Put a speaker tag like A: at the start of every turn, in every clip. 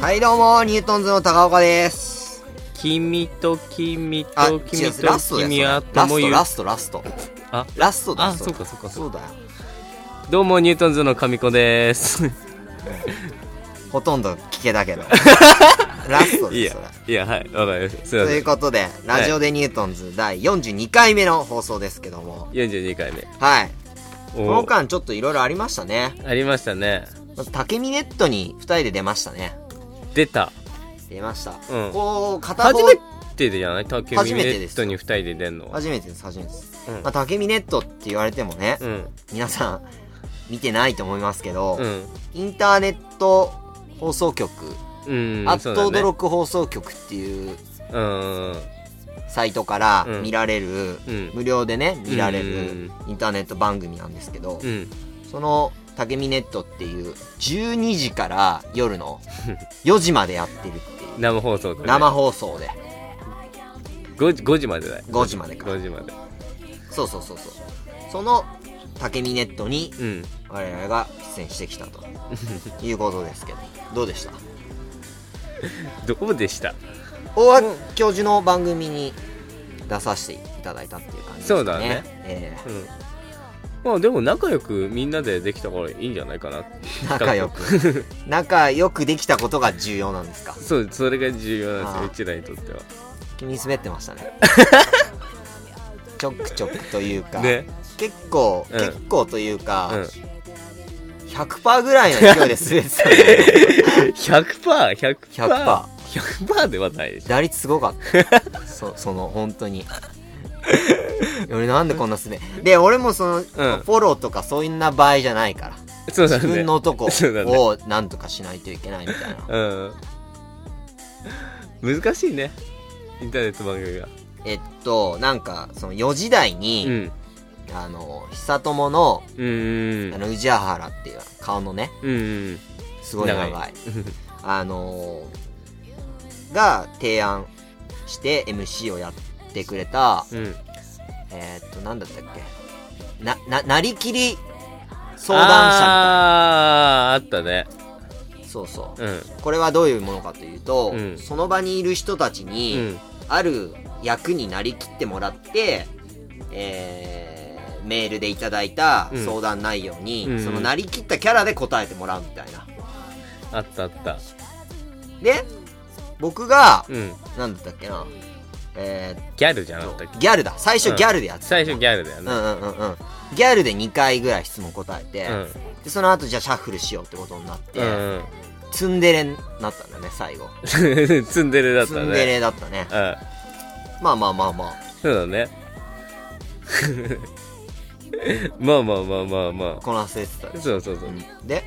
A: はい、どうも、ニュートンズの高岡です。
B: 君と君
A: あ、
B: と
A: 違
B: 君
A: う、ラ
B: と
A: ストです
B: 君は
A: ラ
B: とも
A: スト、
B: ゆ
A: ラスト、ラスト。
B: あ
A: ラストだ
B: あそうかそうか
A: そうだよ。
B: どうもニュートンズの神子です
A: ほとんど聞けた けど。ラスト
B: い
A: です、
B: や
A: それ。
B: いやはいわかりましたすいま
A: と
B: せ
A: い
B: ん
A: うことで、ラジオでニュートンズ第42回目の放送ですけども。
B: 42回目
A: はい。こ
B: お
A: の
B: ー
A: 間ちょっといろいろありましたね。
B: ありましたね
A: まず竹見ネットに2人で出ましたね。
B: 出た
A: 出ました。
B: うん
A: こう、片
B: 初
A: 方
B: めてじゃない竹
A: 初
B: 見ネ
A: めてです
B: ットに二人で出んのは
A: 初めてです、初めてです。
B: うん
A: まあ、竹見ネットって言われてもね、
B: うん
A: 皆さん、見てないと思いますけど、
B: うん
A: インターネット放送局、
B: うん
A: アット
B: そうだね
A: 驚く放送局っていう
B: うん
A: サイトから
B: うん
A: 見られる、
B: うん
A: 無料でね、見られる
B: うん
A: インターネット番組なんですけど
B: う、ん
A: その、竹見ネットっていう、12時から夜の 4時までやってるっていう、
B: 生放送でね
A: 生放送で。
B: 5時5時までだよ
A: 5時までか
B: 5時まで
A: そうそうそうそう。その、竹見ネットに
B: うん
A: 我々が出演してきたということですけどどうでした
B: どうでした
A: 大和教授の番組に出させていただいたっていう感じですね
B: そうだね、
A: え
B: うんまあでも仲良くみんなでできたからいいんじゃないかな
A: ー仲良く仲良くできたことが重要なんですか
B: そうそれが重要なん
A: ああ
B: ですようちらにとっては
A: 君滑ってました ねちょくちょくというか、
B: ね
A: 結構、
B: うん
A: 結構というか、
B: うん
A: 100%ぐらいの勢いで滑ってたね
B: 100%100%
A: 100%
B: 100%ではないでしょ
A: 打率すごか ったそその本当に俺なんでこんなすねで俺もその、フォローとかそういんな場合じゃないから
B: そうだね
A: 自分のとこ
B: そうだね
A: をなんとかしないといけないみたいな、
B: うん難しいねインターネット番組が
A: えっとなんかその4時台
B: う
A: に、
B: ん
A: あの久友の
B: うんうん
A: あの宇治原っていう顔のね
B: うんうん
A: すごい長い
B: 長
A: あのーが提案して MC をやってくれた、
B: うん
A: えーっとなんだったっけなななりきり相談者みたいな
B: ああーあったね
A: そうそう。
B: うん
A: これはどういうものかというと、
B: うん
A: その場にいる人たち
B: う
A: に、
B: ん
A: ある役になりきってもらって、えー、メールでいただいた
B: うん
A: 相談内容に、
B: うん
A: そのなりきったキャラで答えてもらうみたいな。
B: あったあった
A: で、僕が、
B: うん
A: なんだったっけな、えーっ
B: ギャルじゃなかったっ
A: と
B: け、
A: ギャルだ。最初
B: うん
A: ギャルでやってた。
B: 最初ギャルだよ
A: う
B: ね
A: んうんうんうん。ギャルで2回ぐらい質問答えて、
B: う
A: で、その後じゃあシャッフルしようってことになって、
B: んうん
A: ツンデレになったんだね、最後。
B: うんツンデレだった
A: ツ
B: ね
A: ンデレだったね。
B: うん
A: まあまあまあまあ。
B: そうだね。まあまあまあまあま
A: こなせてた
B: あ。
A: でし
B: そうそうそうう。
A: んで、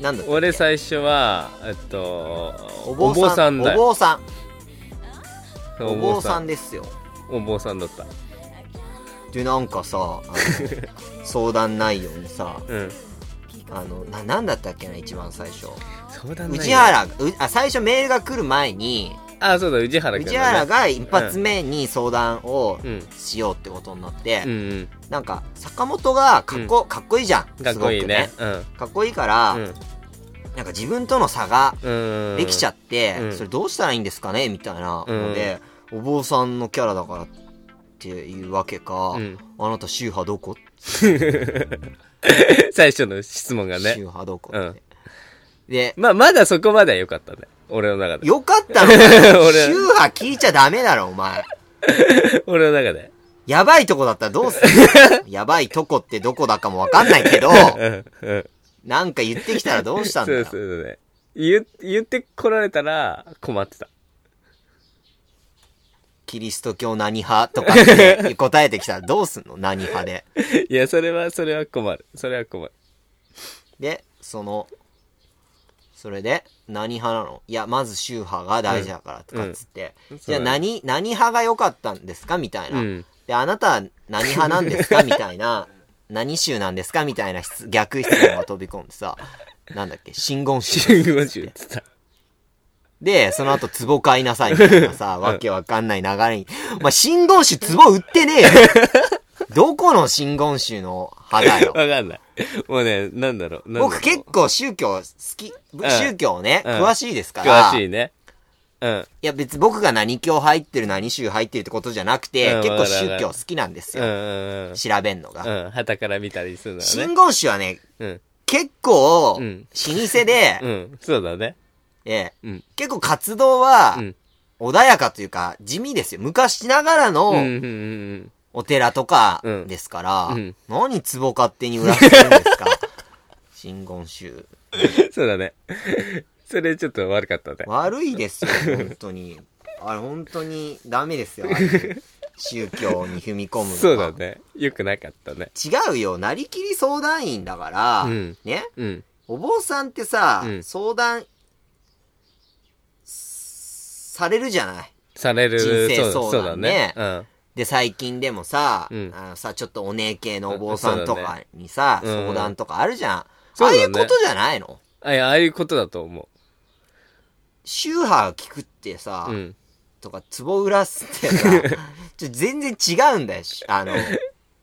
A: なんだっけ
B: 俺最初は、えっと、
A: お坊さん。
B: だ
A: お
B: よ。
A: 坊さん。お坊さん
B: ん。
A: ですよ。
B: お坊さんだった。
A: で、なんかさ、あの 相談内容にさ、
B: うん。
A: あの、な、なんだったっけな、一番最初。
B: そうだね。
A: 宇治。原が、うあ、最初メールが来る前に、
B: あ、そうだ、宇治原
A: 宇
B: 君だ
A: 治
B: ね。
A: 原が一発目に相談を
B: うん。
A: しようってことになっ
B: うんう
A: て、
B: ん。
A: なんか、坂本がかっこ、かっこいいじゃん。
B: かっこいいね
A: す。
B: うん。
A: ごくね。かっこいいから、なんか自分との差が
B: うん。
A: できちゃって、
B: うん
A: それどうしたらいいんですかねみたいなので、お坊さんのキャラだからっていうわけか、
B: うん
A: あなた宗派どこ、
B: 最初の質問が
A: 宗
B: ね。
A: 派どこ
B: う
A: っ
B: ん
A: て。で、
B: まあ、まだそこまでは良かったね。俺の 中で。
A: よかったのかよ
B: 俺
A: 宗派聞いちゃダメだろ、お前。
B: 俺の中で。
A: やばいとこだったらどうする やばいとこってどこだかもわかんないけど、
B: うん。うん。
A: なんか言ってきたらどうしたんだ
B: そう
A: よ。
B: そうそうね。言、言ってこられたら困ってた。
A: キリスト教何派とかって答えてきたらどうすんの何派で。
B: いや、それは、それは困る。それは困る。
A: で、その、それで、何派なのいや、まず宗派が大事だから、とかっつって。
B: うん
A: じゃあ何、何派が良かったんですかみたいな。
B: うん
A: で、あなたは何派なんですかみたいな。 何宗なんですかみたいな質逆質問が飛び込んでさ、なんだっけ、真言宗。
B: 信号中って言ってた。
A: で、その後、壺買いな さいみたいなさ、わけわかんない流れに。お前、真言宗壺売ってねえよ。 どこの真言宗の派だよ。
B: わか んない。もうね、なんだろう。なんだろう
A: 僕結構宗教好き、
B: ん
A: 宗教ね、
B: うん
A: 詳しいですから。
B: 詳しいね。うん。
A: いや別に僕が何教入ってる何宗入ってるってことじゃなくて、
B: うん
A: 結
B: わ
A: 構
B: かるわか
A: 宗
B: る
A: 教好きなんです
B: うん
A: よ。
B: うん
A: 調べんの
B: う
A: が。
B: ん。うん。旗から見たりするのは
A: 真
B: ね。
A: 言宗はね、
B: うん。
A: 結構、老
B: う
A: 舗
B: ん
A: で、
B: うん。そうだね。
A: ええ
B: うん。
A: 結構活動は
B: うん、
A: 穏やかというか、地味ですよ。昔ながら
B: うん。
A: の
B: うんうん。
A: お寺とか
B: うん
A: ですから、
B: うん
A: 何壺勝手に売らせてるんです か真言宗。
B: うんそうだね。 それちょっと悪かったね。
A: 悪いですよ、本当に。あれ、本当にダメですよ、あれ宗教に踏み込むのは。
B: そうだね。よくなかったね。
A: 違うよ、なりきり相談員だから、
B: うん
A: ね、
B: うん。
A: お坊さんってさ、
B: うん
A: 相談、されるじゃない。
B: される。
A: 人生
B: そう
A: 相談
B: そうだね
A: ね。
B: うん。
A: で、最近でもさ、
B: うん
A: あのさ、ちょっとお姉系のお坊さんと
B: うんそうだ
A: かにさ、
B: うん
A: 相談とかあるじゃん。
B: そう
A: あ
B: だ
A: あ
B: ね
A: いうことじゃないの
B: あ、いや、ああいうことだと思
A: 宗派聞くってさ、
B: う。うん。
A: とか、壺売らすってさ、 ちょ全然違うんだよ、しあの、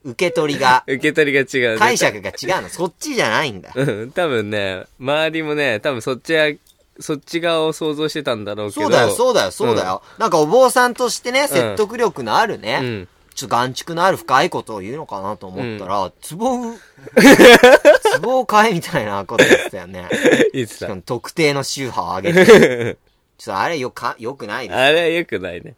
A: 受け取りが。
B: 受け取りが違う。
A: 解釈が違うの。そっちじゃないんだ。
B: うん、多分ね、周りもね、多分そっちは、そっち側を想像してたんだろうけど。
A: そうだよ、そうだよ、そうだよ。なんかお坊さんとしてね、説得力のあるね、
B: うん
A: ちょっと眼蓄のある深いことを言うのかなと思ったら、ツボ を、ツボを買えみたいなこと言ってたよ ね。
B: 言って
A: したか。も特定の宗派を上げて。 ちょっとあれよか、よくないで
B: あれは良くないね。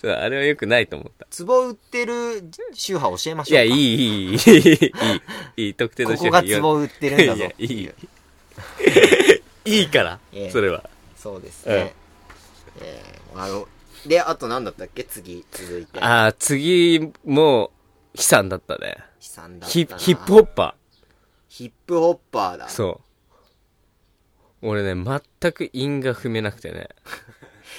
B: そう、あれは良くないと思った。
A: す。ツボ売ってる宗派教えま
B: い
A: しょう
B: や、
A: か。
B: いい、いい、いい、いい、いい、特定の
A: ここ
B: 人
A: が
B: 言
A: ツ
B: わ
A: ボ売ってるんだぞ っていう。
B: いやいいいいから
A: ええ、
B: それは。
A: そうですね。えー、あの、で、あと何だったっけ次、続いて。悲
B: ああ、次、もう、悲惨だったね。
A: 惨だった
B: ヒ
A: な。
B: ヒップホッパ
A: ヒップホッパーだ
B: ー。。そう。俺ね、全く因が踏めなくてね。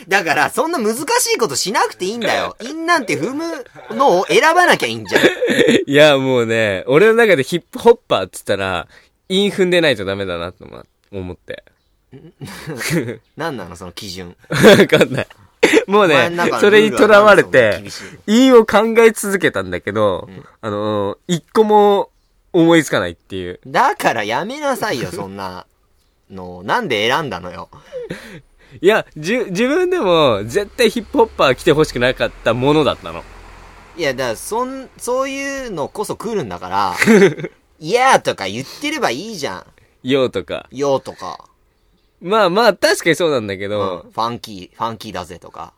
A: だから、そんな難しいことしなくていいんだよ。インなんて踏むのを選ばなきゃいいんじゃん。
B: いや、もうね、俺の中でヒップホッパーっつったら、イン踏んでないとダメだなと思思って。
A: 何なのその基準。
B: わかんない。もう
A: お前
B: ね
A: の中、の
B: それに
A: ルー
B: と
A: ルは
B: らわれ
A: 何
B: て
A: でそんな、
B: インを考え続けたんだけど、あのー、一個も思いつかないっていう。
A: だからやめなさいよ、そんなの。なんで選んだのよ。
B: いや、じゅ、自分でも絶対ヒップホッパー来てほしくなかったものだったの。
A: いや、だから、そん、そういうのこそ来るんだ から、いやーとか言ってればいいじゃ
B: ようとか。
A: ん。よーとか、
B: まあまあ、確かにそうなんだけ
A: うん
B: ど、
A: ファンキー、ファンキーだぜとか。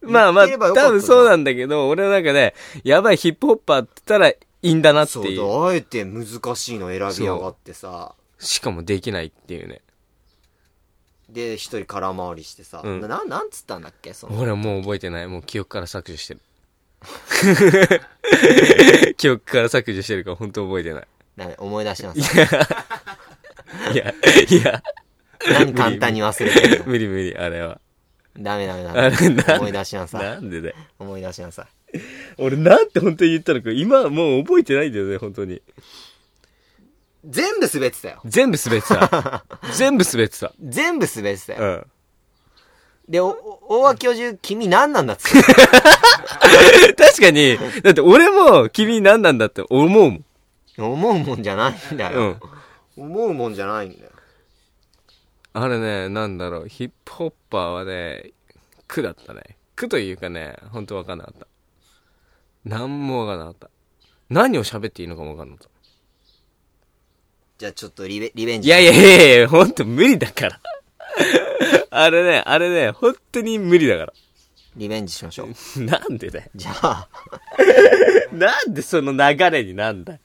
B: まあま
A: 言っ
B: あ、
A: てればよかった
B: 多分そうなんだけど、俺の中で、やばいヒップホッパーって言ったら、インだなって
A: そう
B: い
A: だ、あえて難しいの選びやがってさ、
B: しかもできないっていうね。
A: で、一人空回りしてさ、
B: うん
A: なな、なんつったんだっけその、
B: 俺はもう覚えてない。もう記憶から削除 してる。記憶から削除してるから本当覚えてない。
A: な思い出します。
B: い や、いや、
A: 何簡単に忘れてるの
B: 無理無理、あれは。
A: ダメダメダ
B: あれなん
A: メ。
B: で
A: 思い出しなさ。
B: ないんでだよ。
A: 思い出しなさい。
B: 俺なんて本当に言ったのか、今はもう覚えてないんだよね、本当に。
A: 全部滑ってたよ。
B: 全部滑って た。全部滑ってた。
A: 全部滑ってたよ。
B: うん。
A: で、おお大脇教授、君何なんだっつって た。
B: 確かに、だって俺も君何なんだって思うもん。
A: 思うもんじゃないんだ
B: う
A: よ
B: ん。。
A: 思うもんじゃないんだよ。
B: あれね、なんだろう、ヒップホッパーはね、苦だったね。苦というかね、ほんとわかんなかった。なんもわかんなかった。何を喋っていいのかもわかんなかっ
A: じゃあちょっとリベリベン
B: た。
A: ジ。
B: いやいやいやいや、ほんと無理だから。あれね、あれね、ほんとに無理だから。
A: リベンジしましょう。
B: なんでだよ。
A: じゃあ、
B: なんでその流れになんだよ。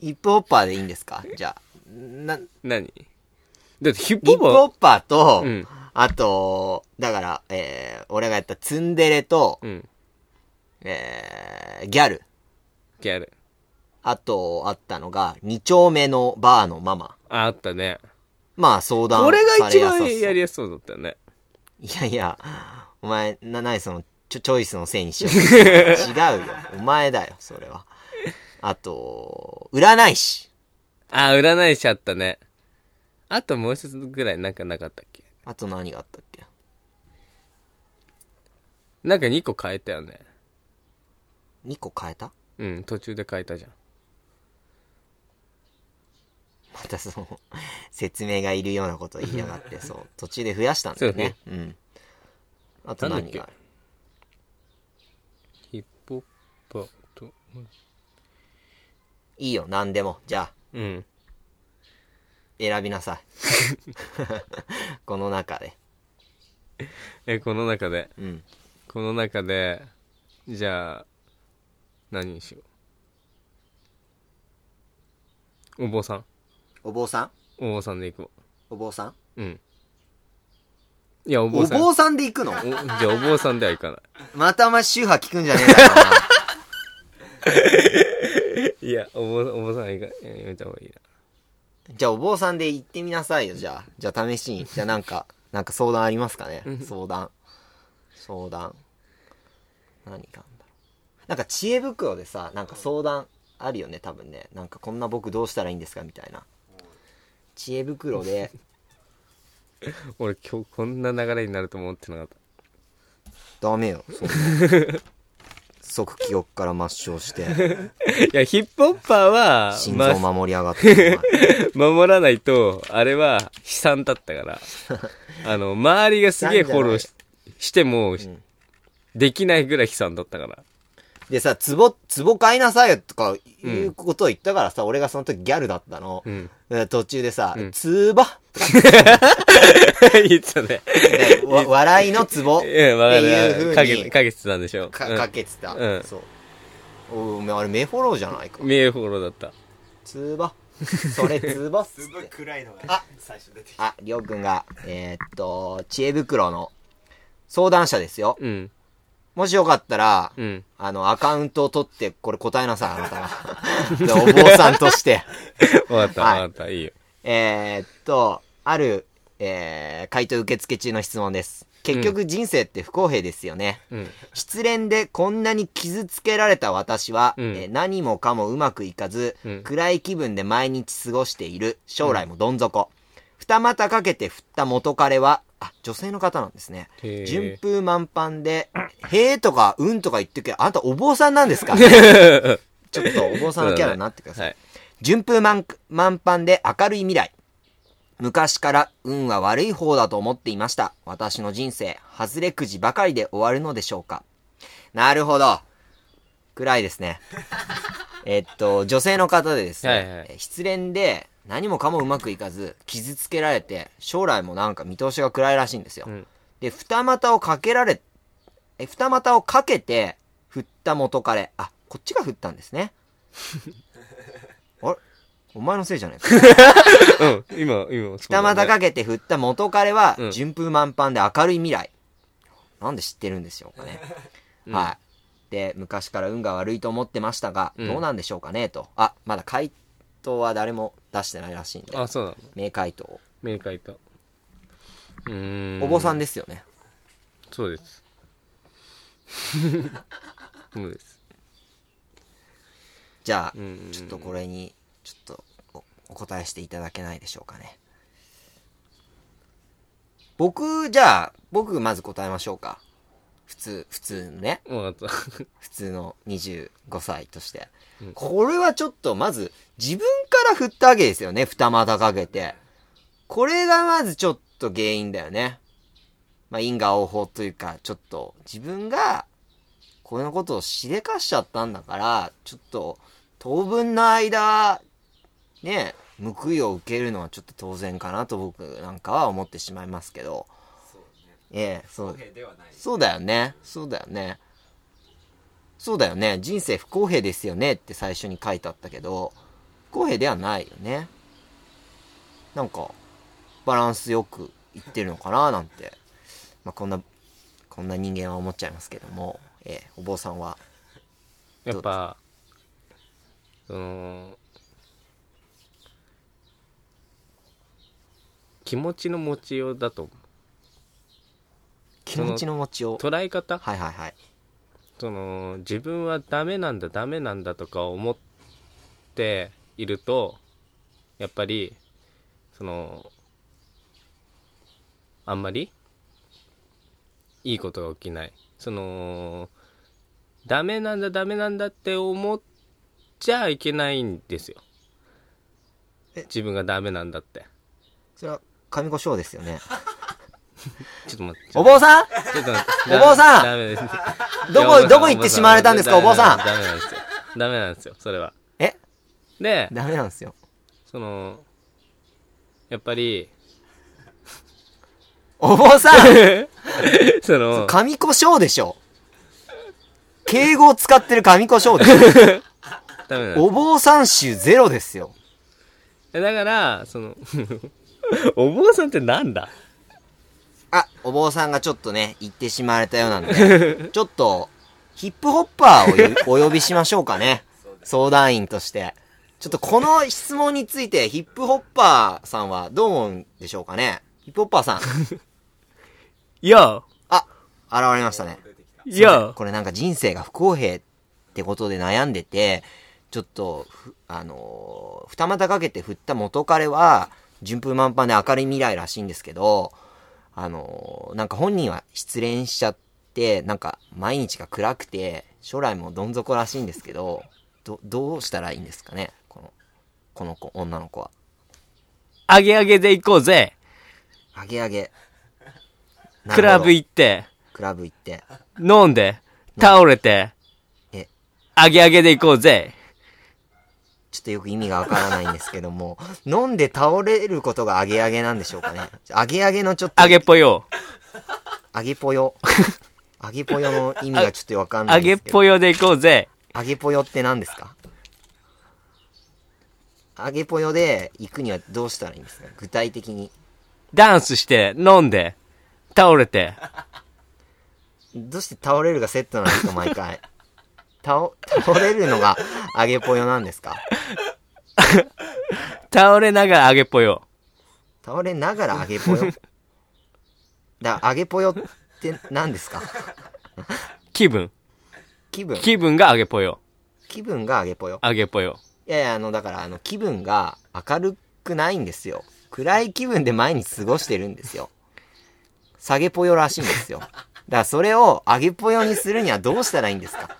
A: ヒップホッパーでいいんですかじゃあ、な、
B: 何だってヒップ
A: ヒップホ
B: ホッ
A: ッパーと、
B: うん
A: あと、だから、えー、俺がやったツンデレと、
B: パーうん、
A: えー、ギャル。
B: ギャル。
A: あと、あったのが、二丁目のバーのママ。
B: あ、あったね。
A: まあ、相談
B: これが
A: され
B: 一
A: やさそう
B: 番やりやすそうだったよね。
A: いやいや、お前、な、なにその、ちょ、チョイスのせいにし ようとしてる。違うよ。お前だよ、それは。あと、占い師。
B: あ、占い師あったね。あともう一つぐらいなんかなかったっけ
A: あと何があったっけ
B: なんか2個変えたよね。
A: ?2 個変えた
B: うん、途中で変えたじゃん。
A: またその、説明がいるようなこと言いやが って、そう、途中で増やしたんだよね。うん。あと何がある
B: ヒップホップと、
A: いいよ、何でも。じゃあ、
B: うん。
A: 選びな さい。この中で。
B: え、この中で、
A: うん。
B: この中で、じゃあ、何にしよう。お坊さん。
A: お坊さん
B: お坊さんで行こ
A: お坊さん
B: う。うん。いや、お
A: お坊
B: 坊
A: さ
B: さ
A: ん
B: ん。
A: で行くの
B: おじゃあ、お坊さんでは行かな
A: またお前宗派聞くんじゃねえだろうな。
B: い。いや、お坊さん、お坊さんは行か、やめた方がいいな。
A: じゃあお坊さんで行ってみなさいよ、じゃあ。じゃあ試しに。じゃあなんか、なんか相談ありますかね相談。相談。何かあんだろう。なんか知恵袋でさ、なんか相談あるよね、多分ね。なんかこんな僕どうしたらいいんですかみたいな。知恵袋で、
B: 俺今日こんな流れになると思ってなかった。
A: ダメよ、そんな即記憶から抹消して、
B: いや、ヒップホッパーは、
A: 心
B: ま
A: 臓守り上がってる。
B: 守らないと、あれは悲惨だっ たから。あの、周りがすげえフォローししても、できないぐらい悲惨だったから。
A: でさ、ツボ、ツボ買いなさいよとかいうことを言ったからさ、俺がその時ギャルだったの。
B: うん。
A: だから途中でさ、ツボ
B: 言ってたね。
A: で わ笑いのツボっ
B: う
A: て
B: ん、わか
A: いう風
B: る。か
A: に
B: け、かけてたんでしょ。
A: か
B: うん
A: かけてた。
B: うん
A: そう。おおめあれ名フォローじゃないか。
B: 見えフォローだった。
A: ツボ。それツボっつっ
C: すごい
A: て。
C: 暗いのが最初出てきた
A: あ、りょうくんが、えーっと、知恵袋の相談者ですよ。
B: うん。
A: もしよかったら、
B: うん。
A: あの、アカウントを取って、これ答えなさい、あなた は。でお坊さんとして。
B: わかった、
A: はい
B: わかった。いいよ。
A: えーっと、ある、えー、回答受付中の質問です。結局人生って不公平ですよね。
B: うん。
A: 失恋でこんなに傷つけられた私は、
B: うん
A: えー何もかもうまくいかず、
B: うん
A: 暗い気分で毎日過ごしている将来もどん底、二股かけて振った元彼はあ女性の方なんですね
B: へー
A: 順風満帆で「へえ」とか「うん」とか言ってるけどあなたお坊さんなん ですかちょっとお坊さんのキャラになってください、
B: はい。
A: 順風満満帆で明るい未来。昔から運は悪い方だと思っていました。私の人生、外れくじばかりで終わるのでしょうか。なるほど。暗いです ね。えっと、女性の方でですね、
B: はいはい
A: え失恋で何もかもうまくいかず、傷つけられて、将来もなんか見通しが暗いらしいんですよ。
B: うん
A: で、二股をかけられ、え、二股をかけて、振った元彼。あ、こっちが振ったんです ね。あれお前のせいじゃねえか。
B: うん。今、今、そう
A: 二
B: だね
A: 股かけて振った元彼は
B: う、ん
A: 順風満帆で明るい未来。なんで知ってるんでしょうかね。はい。で、昔から運が悪いと思ってましたが、
B: うん
A: どうなんでしょうかね、と。あ、まだ回答は誰も出してないらしいんで。
B: あ、そうなの。
A: 名回答を。
B: メーカーいた。うーん。
A: お坊さ
B: ん。
A: んですよね。
B: そう です。そうです。
A: じゃあ、
B: ん
A: ちょっとこれに、ちょっとおお答えしていただけないでしょうかね。僕、じゃあ、僕まず答えましょうか。普通、普通のね。
B: わかった。
A: 普通の25歳として。これはちょっと、まず、自分から振ったわけですよね。二股かけて。これがまずちょっと原因だよね。まあ、因果応報というか、ちょっと、自分が、このことをしでかしちゃったんだから、ちょっと、当分の間、ね、報いを受けるのはちょっと当然かなと僕なんかは思ってしまいますけど。ええ、そう
C: 不公平ではない
A: そうだよね。そうだよね。そうだよね。人生不公平ですよねって最初に書いてあったけど、不公平ではないよね。なんか、バランスよくいってるのかななんて。まあ、こんな、こんな人間は思っちゃいますけども、ええお坊さんは。
B: やっぱ、その、気持ちの持ちようだと思
A: 気持ちの持ち
B: う。
A: を。
B: 捉え方
A: はいはいはい。
B: その、自分はダメなんだ、ダメなんだとか思っていると、やっぱり、その、あんまり、いいことが起きない。その、ダメなんだダメなんだって思っちゃいけないんですよ
A: え
B: 自分がダメなんだって
A: それは、神胡椒ですよね。
B: ちょっと待って
A: お坊さん
B: ちょっと待って
A: お坊さん
B: ダメです
A: ど
B: い
A: こ、
B: や
A: どこ行ってしまわれたんですか、お坊さん
B: ダ。メなんですよダメなんですよそれは
A: え
B: で
A: ダメなんですよ。
B: そのやっぱ り
A: お坊さん
B: その
A: 神胡椒でしょ。敬語を使ってる神胡椒でしょ。
B: ダメなんです
A: お坊さん臭ゼロですよ。
B: だからその お坊さんってなんだ
A: あ、お坊さんがちょっとね、行ってしまわれたようなん で、ちょっと、ヒップホッパー をお呼びしましょうかね。相談員として。ちょっとこの質問について、ヒップホッパーさんはどう思うんでしょうかね。ヒップホッパーさん。
B: いや
A: あ、現れましたね。
B: いや
A: これなんか人生が不公平ってことで悩んでて、ちょっとふ、あのー二股かけて振った元彼は、順風満帆で明るい未来らしいんですけど、あのーなんか本人は失恋しちゃって、なんか毎日が暗くて、将来もどん底らしいんですけど、ど、どうしたらいいんですかねこの、この子、女の子は。
B: あげあげで行こうぜ
A: あげあげ。
B: クラブ
A: 行
B: 行って
A: クラブ行って。
B: 飲んで倒れて
A: え
B: あげあげで行こうぜ
A: ちょっとよく意味がわからないんですけども、飲んで倒れることがアゲアゲなんでしょうかね。アゲアゲのちょっと、
B: あげぽよ
A: アゲぽよ。アゲぽよの意味がちょっとわかんな
B: あ
A: いんで
B: げ
A: すけど。
B: ぽよで行こうぜ
A: アゲぽよって何ですかアゲぽよで行くにはどうしたらいいんですか具体的に。
B: ダンスして飲んで倒れて
A: どうして倒れるがセットなんですか毎回。倒、倒れるのがアゲぽよなんですか
B: 倒れながらあげぽよ
A: 倒れながらアゲぽよ。だからアゲぽよって何ですか
B: 気分
A: 気分。
B: 気分があげぽよ
A: 気分がアゲぽよ。
B: あげぽよ
A: いやいや、あの、だから、あの、気分が明るくないんですよ。暗い気分で毎日過ごしてるんですよ。下げぽよらしいんですよ。だから、それを上げぽよにするにはどうしたらいいんですか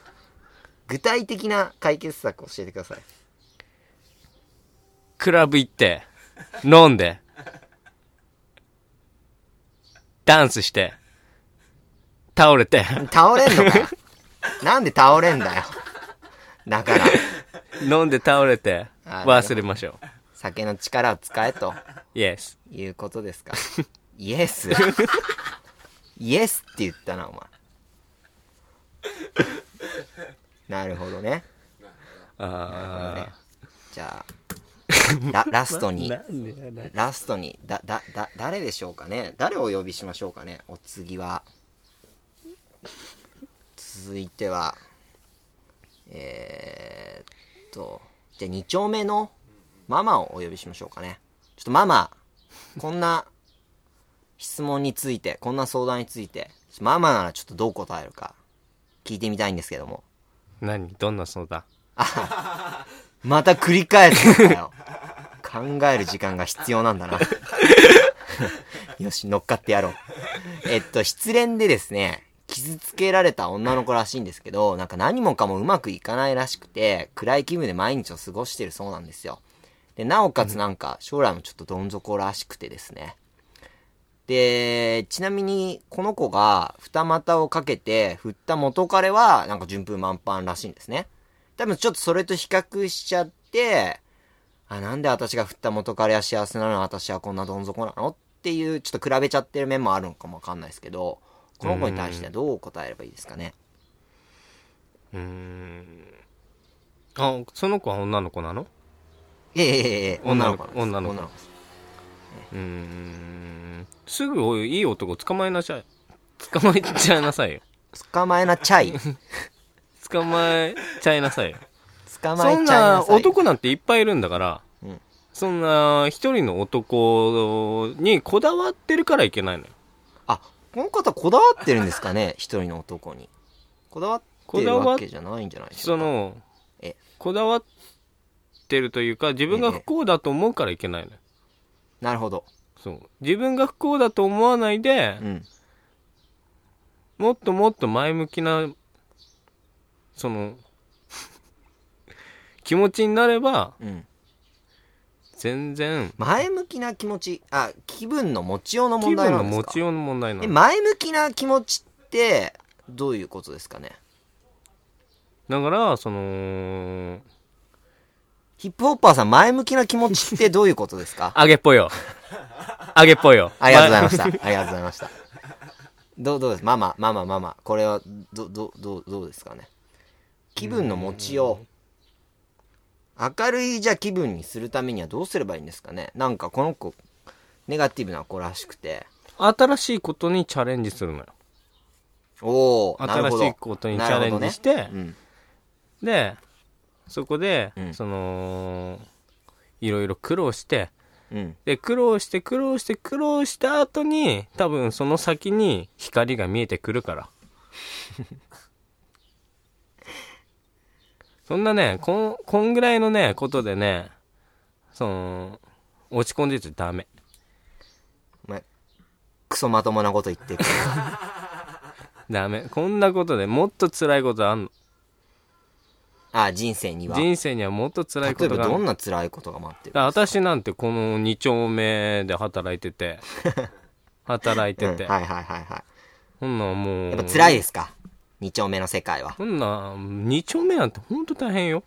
A: 具体的な解決策を教えてください。
B: クラブ行って飲んでダンスして倒れて
A: 倒れんのかよなんで倒れんだよ。だから、
B: 飲んで倒れて
A: あ
B: 忘れましょ
A: 酒の力を使えと
B: う。イエス。
A: いうことですか。イエス。イエスって言ったな、お前。なるほどね。
B: あ
A: じゃあ、ララストに、
B: んでやね。
A: ラストに、だ、だ、だ、誰でしょうかね誰をお呼びしましょうかねお次は。続いては、えー、っと、じゃあ2丁目のママをお呼びしましょうかね。ちょっとママ、こんな質問について、こんな相談について、ママならちょっとどう答えるか、聞いてみたいんですけども。
B: 何どんな相談
A: また繰り返すんだよ。考える時間が必要なんだ な。よし、乗っかってやろう。えっと、失恋でですね、傷つけられた女の子らしいんですけど、なんか何もかもうまくいかないらしくて、暗い気分で毎日を過ごしてるそうなんですよ。で、なおかつなんか将来もちょっとどん底らしくてですね。で、ちなみに、この子が二股をかけて振った元彼は、なんか順風満帆らしいんですね。多分ちょっとそれと比較しちゃって、あ、なんで私が振った元彼は幸せなのに私はこんなどん底なのっていう、ちょっと比べちゃってる面もあるのかもわかんないですけど、この子に対してはどう答えればいいですかね。
B: うーん。あ、その子は女の子なの
A: いえいえいえ、女の子なんです。
B: 女の子
A: 女の子です
B: うーん。すぐおいいい男捕まえなさい。捕まえちゃいなさいよ。
A: 捕まえなちゃい。
B: 捕まえちゃいなさいよ。
A: 捕まえ
B: そん
A: ちゃいな
B: な
A: さい。
B: 男なんていっぱいいるんだから、
A: うん
B: そんな一人の男にこだわってるからいけないのよ。
A: あ、この方こだわってるんですか ね一人の男に。こだわってるわけじゃないんじゃないですか。
B: その
A: え
B: こだわってるというか自分が不幸だと思うからいけないのよ
A: なるほど。
B: そう自分が不幸だと思わないで
A: う、ん。
B: もっともっと前向きなその 気持ちになれば
A: うん。
B: 全然
A: 前向きな気持ち、あ、気分の持ちようの
B: 気
A: 問題
B: 分
A: な
B: の
A: んです
B: 持
A: か
B: ちようの問題な
A: え、
B: の
A: 前向きな気持ちって、どういうことですかね
B: だからその
A: ヒップホッパーさん、前向きな気持ちってどういうことですか
B: 揚げっぽいよ揚げっぽいよ
A: ありがとうございま
B: し
A: した。ありがとうございました。どう、どうですママ、ママ、ママ。これは、ど、ど、どう、どうですかね。気分の持ちよう。明るいじゃ気分にするためにはどうすればいいんですかねなんかこの子、ネガティブな子らしくて。
B: た新しいことにチャレンジするのよ
A: おおなる
B: 新し
A: ほど。
B: いことにチャレンジし
A: な
B: て
A: るほどね
B: でそこで、
A: うん
B: そのいろいろ苦労して
A: うん。うん。
B: で苦労して苦労して苦労した後に多分その先に光が見えてくるから そんなねこんこんぐらいのねことでねその落ち込んでちゃダメ
A: お前、クソまともなこと言ってる。
B: ダメこんなことでもっと辛いことあんの
A: あ、人生には。
B: 人生にはもっと辛いこ
A: 例え
B: とが
A: ば
B: あん
A: ど
B: の
A: んな辛いことが待って
B: だか
A: る
B: ら私なんてこの2丁目で働いて て働いてて、
A: うんはいはいはいはい。
B: ほんなんもう
A: やっぱ辛いですか二丁目の世界は。
B: ほんなん2丁目なんてほんと大変よ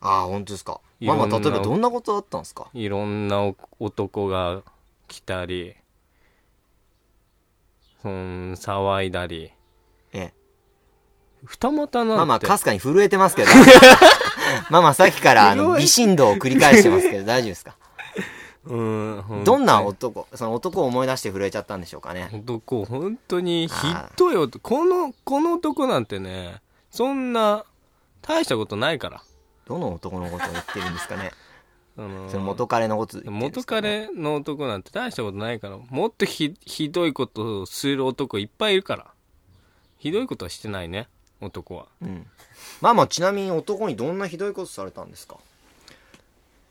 A: ああ、本当ですか。
B: いろ
A: マ
B: んな
A: マ、例えばどんなことだったんですか
B: いろんなお男が来たりそん騒いだり
A: ええ。
B: 二股
A: マ
B: なん
A: マ、
B: て
A: かすかに震えて ますけど。ママ、さっきから、あの、微振動を繰り返してますけど、大丈夫ですか
B: うんほん
A: どんな男、その男を思い出して震えちゃったんでしょうかね。
B: 男本当にひどい男このこの男なんてねそんな大したことないから
A: どの男のことを言ってるんですかね。
B: その
A: その元彼のこと言ってるんで
B: 元
A: すか、ね、
B: 彼の男なんて大したことないからもっとひひどいことをする男いっぱいいるからひどいことはしてないね男は
A: うん。ママ、ちなみに男にどんなひどいことされたんですか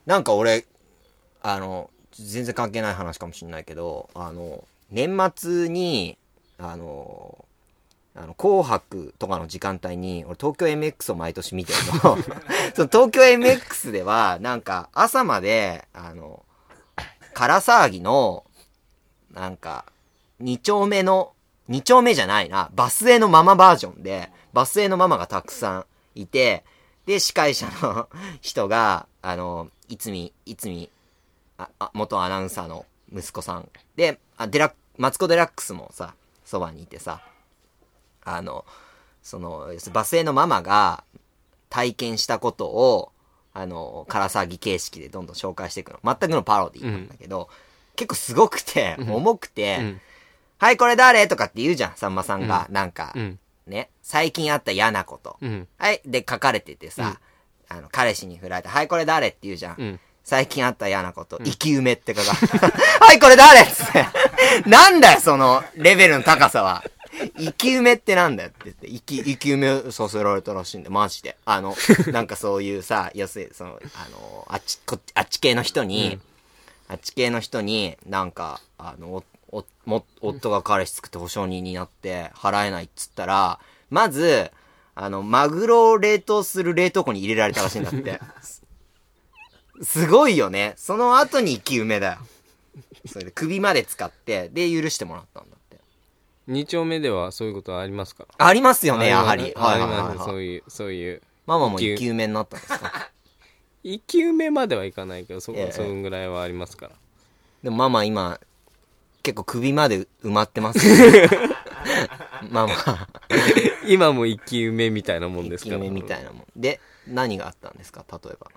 A: なんか俺、あの、全然関係ない話かもしれないけど、あの、年末に、あの、あの、紅白とかの時間帯に、俺東京 MX を毎年見てるの。 その東京 MX では、なんか朝まで、あの、唐騒ぎの、なんか、二丁目の、二丁目じゃないな、バスへのママバージョンで、バスへのママがたくさんいて、で、司会者の 人が、あの、いつみ、いつみ、あ、あ元アナウンサーの息子さん。で、あ、デラ、マツコデラックスもさ、そばにいてさ、あの、その、バスへのママが体験したことを、あの、唐騒ぎ形式でどんどん紹介していくの。全くのパロディなんだけど、結構すごくて、重くて、
B: うん
A: はい、これ誰とかって言うじゃん、さんまさんが。なんか、
B: うん
A: ね、最近あった嫌なこと。
B: うん
A: はい、で書かれててさ、あの、彼氏に振られて、はい、これ誰って言うじゃん。
B: うん
A: 最近あった嫌なこと、生き埋めって書かれて、 はい、これ誰っつって。なんだよ、その、レベルの高さは。生き埋めってなんだよって言って、生き、生き埋めをさせられたらしいんだよ、マジで。あの、 なんかそういうさ、要するに、その、あの、あっち、こっち、あっち系の人に、あっち系の人に、なんか、あの、お、おも、夫が彼氏作って保証人になって、払えないっつったら、まず、あの、マグロを冷凍する冷凍庫に入れられたらしいんだって。すすごいよね。その後に生き埋めだよ。それで首まで使って、で、許してもらったんだって。
B: 二丁目ではそういうことはありますか
A: ありますよね、やは
B: あ
A: り。
B: あ
A: はい
B: り
A: はい
B: ます
A: はいは
B: そ
A: い。
B: ういうそういう
A: ママも生
B: 生き
A: き埋めになったんです か
B: 生き埋めまではいかないけどそこ、
A: ええ
B: そんぐらいはありますから
A: でもママ今、結構首まで埋まってますよ ねママ。
B: 今も生き埋めみたいなもんです
A: 生き
B: から
A: 埋めみたいなもん。で、何があったんですか例えば。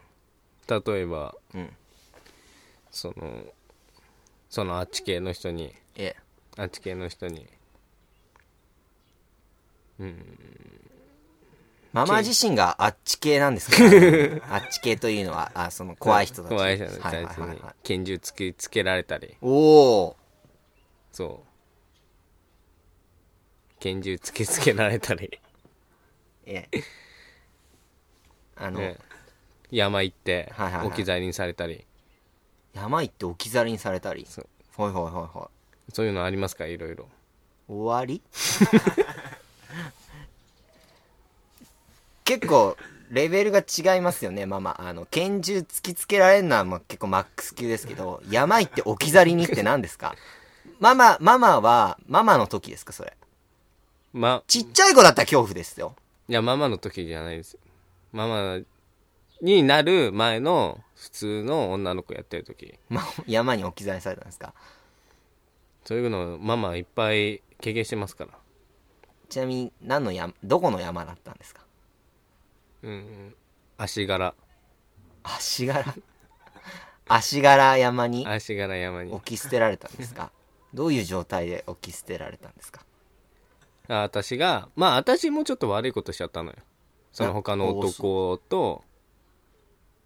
B: 例えば
A: うん。
B: そのそのあっち系の人に
A: ええ。
B: あっち系の人に
A: ママ自身があっち系なんです か、ね、あっち系というのは、あ、その怖い人たち。
B: 怖い人たち
A: はいはいはい
B: に
A: はい。
B: 拳銃突きつけられたり
A: おー。
B: そう拳銃突きつけられた り、
A: ええ。あの、
B: ね、山行って
A: はいはいはい
B: 置き去りにされたり
A: 山行って置き去りにされたり。
B: そう
A: はいはいはいはい。
B: そういうのありますからいろ いろ
A: 終わり結構、レベルが違いますよね。まあまあ、あの、拳銃突きつけられるのはまあ結構マックス級ですけど、山行って置き去りにって何ですかママ、ママは、ママの時ですかそれ。
B: ま、
A: ちっちゃい子だったら恐怖ですよ。
B: いや、ママの時じゃないですよ。ママになる前の普通の女の子やってる時。
A: ま、山に置き去りされたんですか
B: そういうのママいっぱい経験してますから。
A: ちなみに、何の山、どこの山だったんですか
B: うんうん。足柄。
A: 足柄 足柄山に
B: 足柄山に
A: 置。き捨てられたん ですかどういう状態で置き捨てられたんですか
B: あ私が、まあ私もちょっと悪いことしちゃったのよ。その他の男と、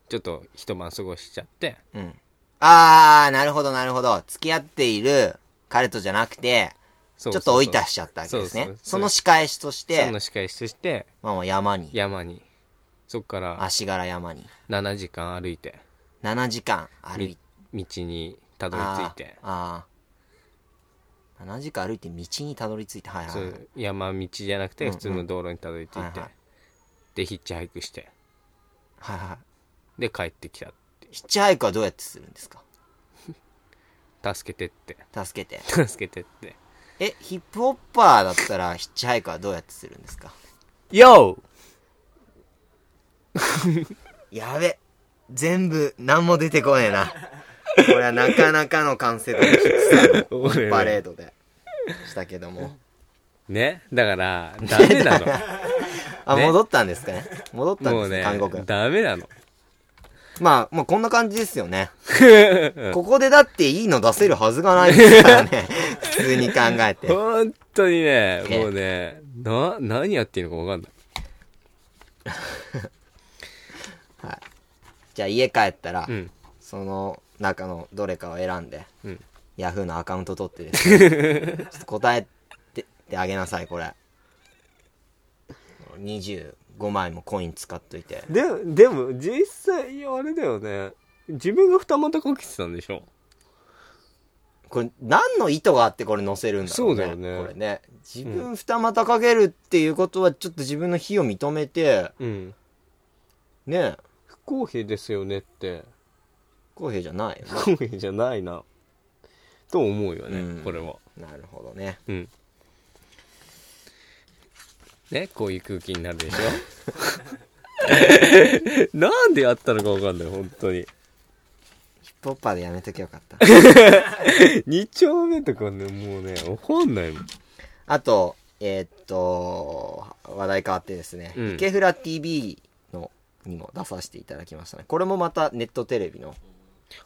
B: ちょっと一晩過ごしちゃって。
A: うん。あー、なるほどなるほど。付き合っている彼とじゃなくて、
B: ちょ
A: ちょっと追い出しちゃったわけですね。そ
B: そうそうそう
A: の仕返しとし
B: そ
A: て
B: の、仕返しとして、
A: まあまあ山に、
B: 山に。そっから
A: 足柄山に、
B: 7時間歩いて、
A: 7時間歩い
B: み
A: て、
B: 道にたどり着いて、
A: あーあー。7時間歩いて道にたどり着いて、はいはい
B: そ
A: はいう
B: 山道じゃなくて普通の道路にたどり着い
A: はい
B: て
A: はい、
B: で、ヒッチハイクして、
A: はいはい。
B: で、帰ってき
A: ヒッチハイクはどうやってするんですか
B: た。助けてって。
A: 助けて。
B: 助けてって。
A: え、ヒップホッパーだったらヒッチハイクはどうやってするんですか
B: YO!
A: やべ。全部、何も出てこねえな。これはなかなかの完成度の低さ のパレードでしたけども。
B: ね。だから、ダメな の。
A: あ、
B: ね
A: 戻ったんですかね。戻ったん
B: も
A: で
B: う
A: すね、
B: ね
A: 韓国、。
B: ダメなの。
A: まあ、もうこんな感じですよ ね。ここでだっていいの出せるはずがないですから ね。普通に考えて。
B: 本当にね、
A: え
B: もうね、な、何やっていいのかわかんない。
A: じゃあ家帰ったら、
B: うん。
A: その中のどれかを選んで、
B: うん
A: ヤフーのアカウント取ってですね、 ちょっと答えてってあげなさい、これ。25枚もコイン使っといて。
B: で、でも、実際、あれだよね。自分が二股かけてたんでしょ
A: これ、何の意図があってこれ載せるんだろうね。
B: そうだよね
A: これね。自分二股かけるっていうことは、ちょっと自分の非を認めて、
B: うん。
A: ねえ、
B: 不公平ですよねって。
A: 不公平じゃないよね。
B: 不公平じゃないな。と思うよね、
A: うん
B: これは。
A: なるほどね。
B: うん。ね、こういう空気になるでし ょなんでやったのかわかんない、本当に。
A: ヒップホッパーでやめときゃよかった。
B: 二丁目とかね、もうね、わかんないもん。
A: あと、えーっと、話題変わってですね、
B: うん
A: イケフラ TV のにも出させていただきましたね。これもまたネットテレビの、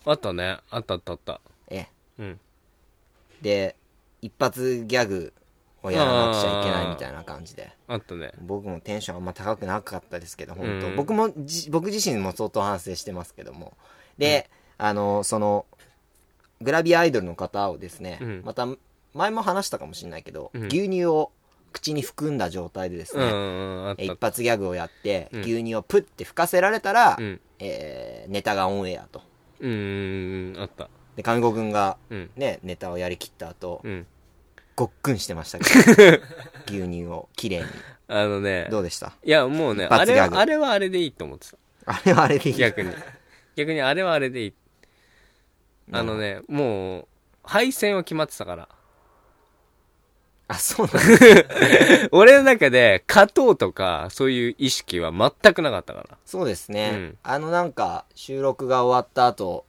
B: あったね。あったあったあった。
A: え、
B: うん。
A: で、一発ギャグをやらなくちゃいけないみたいな感じで。
B: あったね。
A: 僕もテンションあんま高くなかったですけど、本当、
B: うん
A: 僕もじ、僕自身も相当反省してますけども。で、あの、その、グラビアアイドルの方をですね、
B: うん
A: また、前も話したかもしれないけど、
B: うん
A: 牛乳を口に含んだ状態でです
B: うん
A: ね、
B: うんうん、あっ
A: え
B: たあっ
A: 一
B: た。
A: 発ギャグをやって、
B: うん
A: 牛乳をプッて吹かせられたら、
B: うん。
A: えーネタがオンエアと。
B: うんうんうん、あった。
A: で、上子くんが、
B: うん。
A: ね、ネタをやりきった後、
B: うん。
A: ごっくんしてましたけ ど、牛乳をきれいに。
B: あのね。
A: どうでした
B: いや、もうね、
A: 一発
B: あ
A: ギ
B: れ
A: ャグ
B: は、あれはあれでいいと思ってた。
A: あれはあれでいい。
B: 逆に。逆にあれはあれでいい。あのね、もう、敗戦は決まってたから。
A: あ、そうなん だ。
B: 俺の中で、勝とうとか、そういう意識は全くなかったから。
A: そうですね、
B: うん
A: あのなんか、収録が終わった後、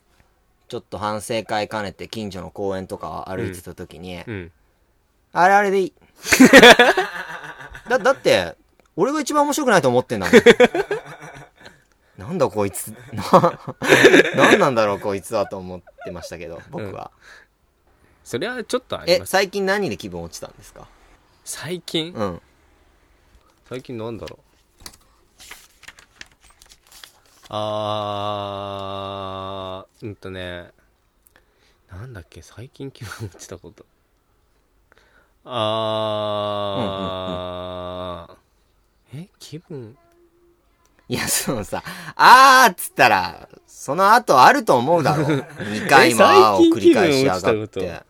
A: ちょっと反省会兼ねて近所の公園とかを歩いてた時に、
B: うん。
A: あれあれでいい。だ、だって、俺が一番面白くないと思ってんだもん。なんだこいつ、な、なんなんだろうこいつはと思ってましたけど、僕は。
B: それはちょっとあり
A: え、
B: ます。
A: 最近何で気分落ちたんですか
B: 最近
A: うん。
B: 最近なんだろうあーうんとねなんだっけ最近気分落ちたことあー、え気分
A: いや、そのさ、あーっつったら、その後あると思うだろう。2回もあーを繰り返しや
B: 最
A: が
B: 近
A: っ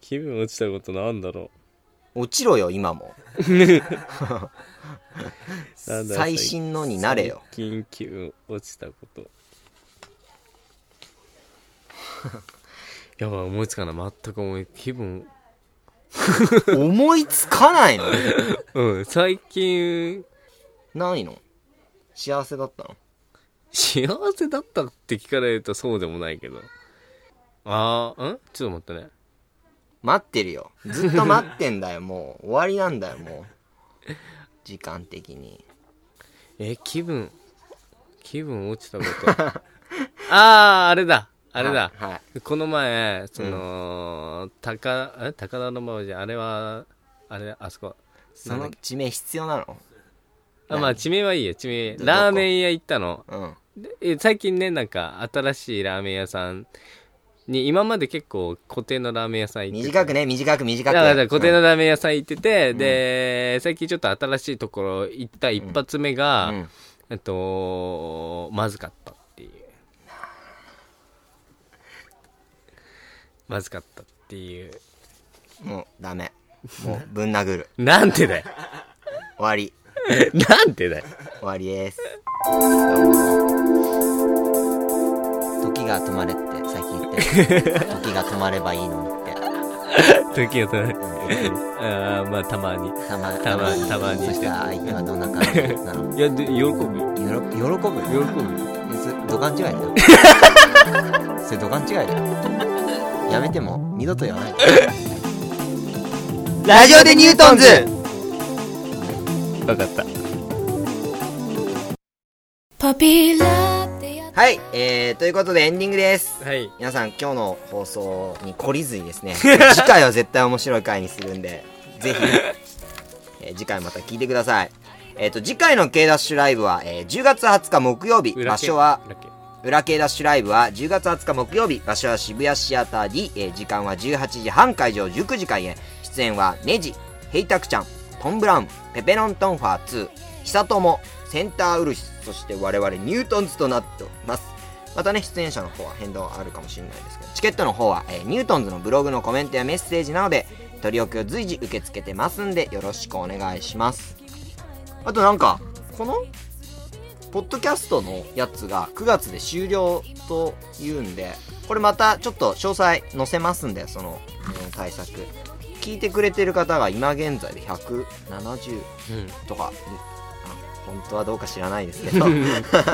B: 気分落ちた
A: て
B: こ。気分落ちたことなんだろ
A: 落ちろよ、今も。
B: なんだ
A: 最新のになれよ。
B: 最近急落ちた こと。やばい、思いつかない。全く思い、気分、
A: 思いつかないの
B: うん、最近、
A: ないの幸せだったの
B: 幸せだったって聞かれるとそうでもないけど。あー、んちょっと待ってね。
A: 待ってるよ。ずっと待ってんだよ、もう。終わりなんだよ、もう。時間的に。
B: え、気分、気分落ち たこと。あー、あれだ、あれだ。
A: はい。
B: この前、その、高、え高田馬場じゃ、あれは、あれ、あそこ。
A: その地名必要なの
B: あまあ、地名はいいよ、地名。
A: ど
B: ラーメン屋行ったの。
A: うん。
B: でえ最近ね、なんか、新しいラーメン屋さんに、今まで結構固定のラーメン屋さん行って
A: 短く
B: ね。
A: ね、短く、短
B: だ
A: く。
B: からだから固定
A: う
B: の
A: ん
B: ラーメン屋さん行ってて、で、最近ちょっと新しいところ行った一発目が、
A: うん
B: えっと、まずかったっていう。まずかったっていう。
A: もう、ダメ。もう、ぶん殴る。
B: なんて だよ。
A: 終わり。
B: なんてだよ。
A: 終わりです。時が止まれって、最近言ってる。時が止まればいいのにって。
B: 時を取られ
A: うん言って る
B: あーまあ、たまに。
A: たま
B: たまたまに
A: そしたら相手はどんな感じなの
B: いや、で、喜ぶよ。
A: 喜ぶ喜ぶ
B: 喜ぶよ。
A: いやそれ土管違いだ よそれ土管違いだよやめても二度と言わない ラジオでニュートンズ
B: わかった。
D: パピーラーってやっ
A: はい、えー、ということでエンディングです
B: はい。
A: 皆さん今日の放送に懲りずに ですね次回は絶対面白い回にするんで ぜひ、えー次回また聞いてくださいえっ、と次回の K ダッシュライブは、えー10月20日木曜日場所は裏
B: 裏系
A: 系ダッシュライブは10月20日木曜日場所は渋谷シアター D、えー時間は18時半会場19時開演出演はネジヘイタクちゃんトンブラウンペペロントンファー2久友センターウルシスそして我々ニュートンズとなっておりますまたね出演者の方は変動あるかもしれないですけどチケットの方は、えーニュートンズのブログのコメントやメッセージなどで取り置きを随時受け付けてますんでよろしくお願いしますあとなんかこのポッドキャストのやつが9月で終了というんで、これまたちょっと詳細載せますんで、その、うん対策。聞いてくれてる方が今現在で170
B: うん。
A: とか、あ本当はどうか知らないですけど。
B: そう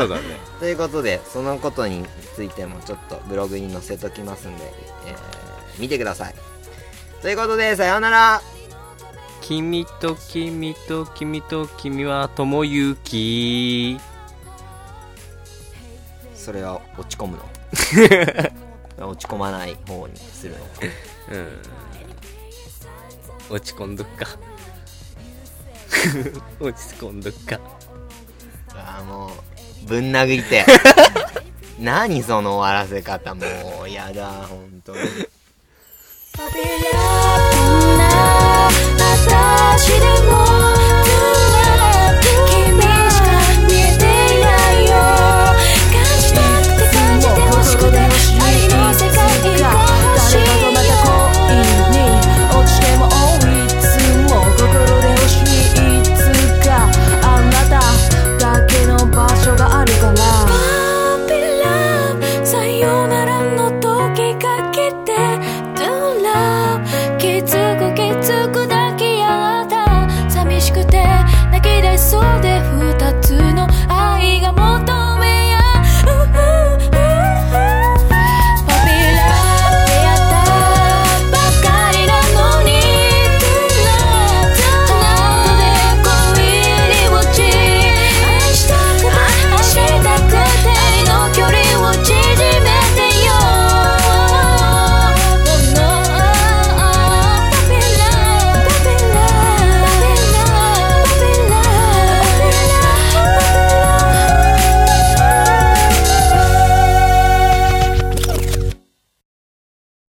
B: だね。
A: ということで、そのことについてもちょっとブログに載せときますんで、えー見てください。ということで、さようなら
B: 君と君と君と君は友ゆき。
A: それは落ち込むの落ち込まない方にするの
B: うん。落ち込んどっか。 落ち込んどっか。
A: あーもうぶん殴りてえ 何その終わらせ方もうやだ本当に
D: パピーラーってんな私でも